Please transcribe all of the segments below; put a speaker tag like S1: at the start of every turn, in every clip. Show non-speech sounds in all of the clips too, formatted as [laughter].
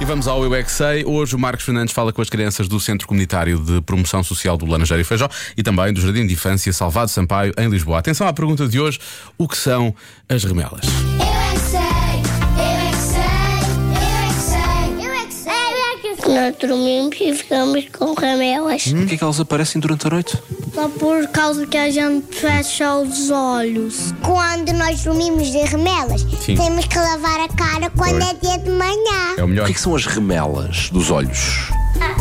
S1: E vamos ao Eu é que Sei. Hoje o Marcos Fernandes fala com as crianças do Centro Comunitário de Promoção Social do Laranjeiro e Feijó e também do Jardim de Infância Salvado Sampaio, em Lisboa. Atenção à pergunta de hoje: o que são as remelas?
S2: Eu é que sei, eu é que sei, eu é que sei, eu é que sei, eu é que sei.
S3: Nós dormimos e ficamos com ramelas.
S4: Porquê é que elas aparecem durante a noite?
S3: Só por causa que a gente fecha os olhos.
S2: Quando nós dormimos de remelas,
S1: Sim.
S2: temos que lavar a cara quando é dia de manhã.
S1: É o melhor.
S4: O que é que são as remelas dos olhos?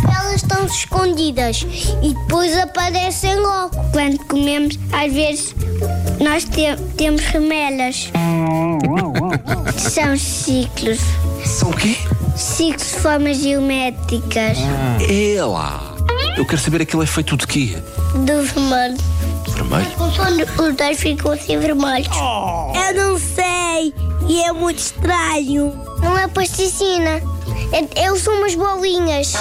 S3: Elas estão escondidas e depois aparecem logo. Quando comemos, às vezes, nós te- temos remelas. São ciclos.
S4: São o quê?
S3: Ciclos de formas geométricas.
S4: É lá! Eu quero saber aquilo é feito de quê?
S3: Do vermelho.
S4: Vermelho?
S3: Quando os dois ficam assim vermelhos.
S2: Eu não sei e é muito estranho.
S3: Não é plasticina. Eu sou umas bolinhas.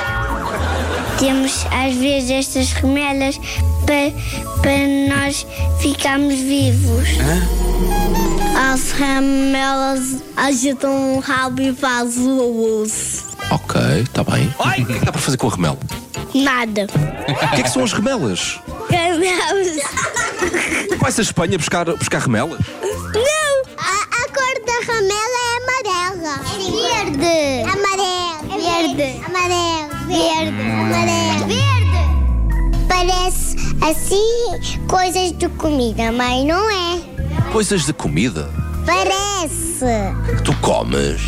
S3: Temos às vezes estas remelas para, para nós ficarmos vivos. As remelas agitam o rabo e faz luz.
S4: Ok, está [laughs] bem. O que é que dá para fazer com a remela?
S3: Nada.
S4: O que é que são as remelas?
S3: [laughs] Remelas.
S4: Vais a Espanha buscar, buscar remelas?
S2: Não! A, a cor da ramela é amarela.
S3: Verde.
S2: Amarelo.
S3: Verde.
S2: Amarelo. Verde. Amarelo. Verde. Parece assim coisas de comida, mas não é.
S4: Coisas de comida?
S2: Parece.
S4: que Tu comes?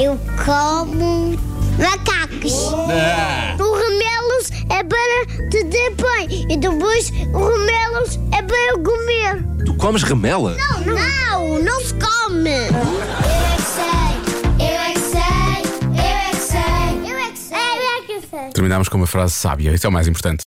S2: Eu como macacos.
S4: Né? Ah.
S3: O remelos é para te dar pão e depois o remelos é para comer. Oh,
S4: Tu comes remela?
S3: Não, não se come.
S2: Eu é que sei, eu é que sei, eu é que sei, eu é que sei, eu é que sei.
S1: Terminámos com uma frase sábia, isso é o mais importante.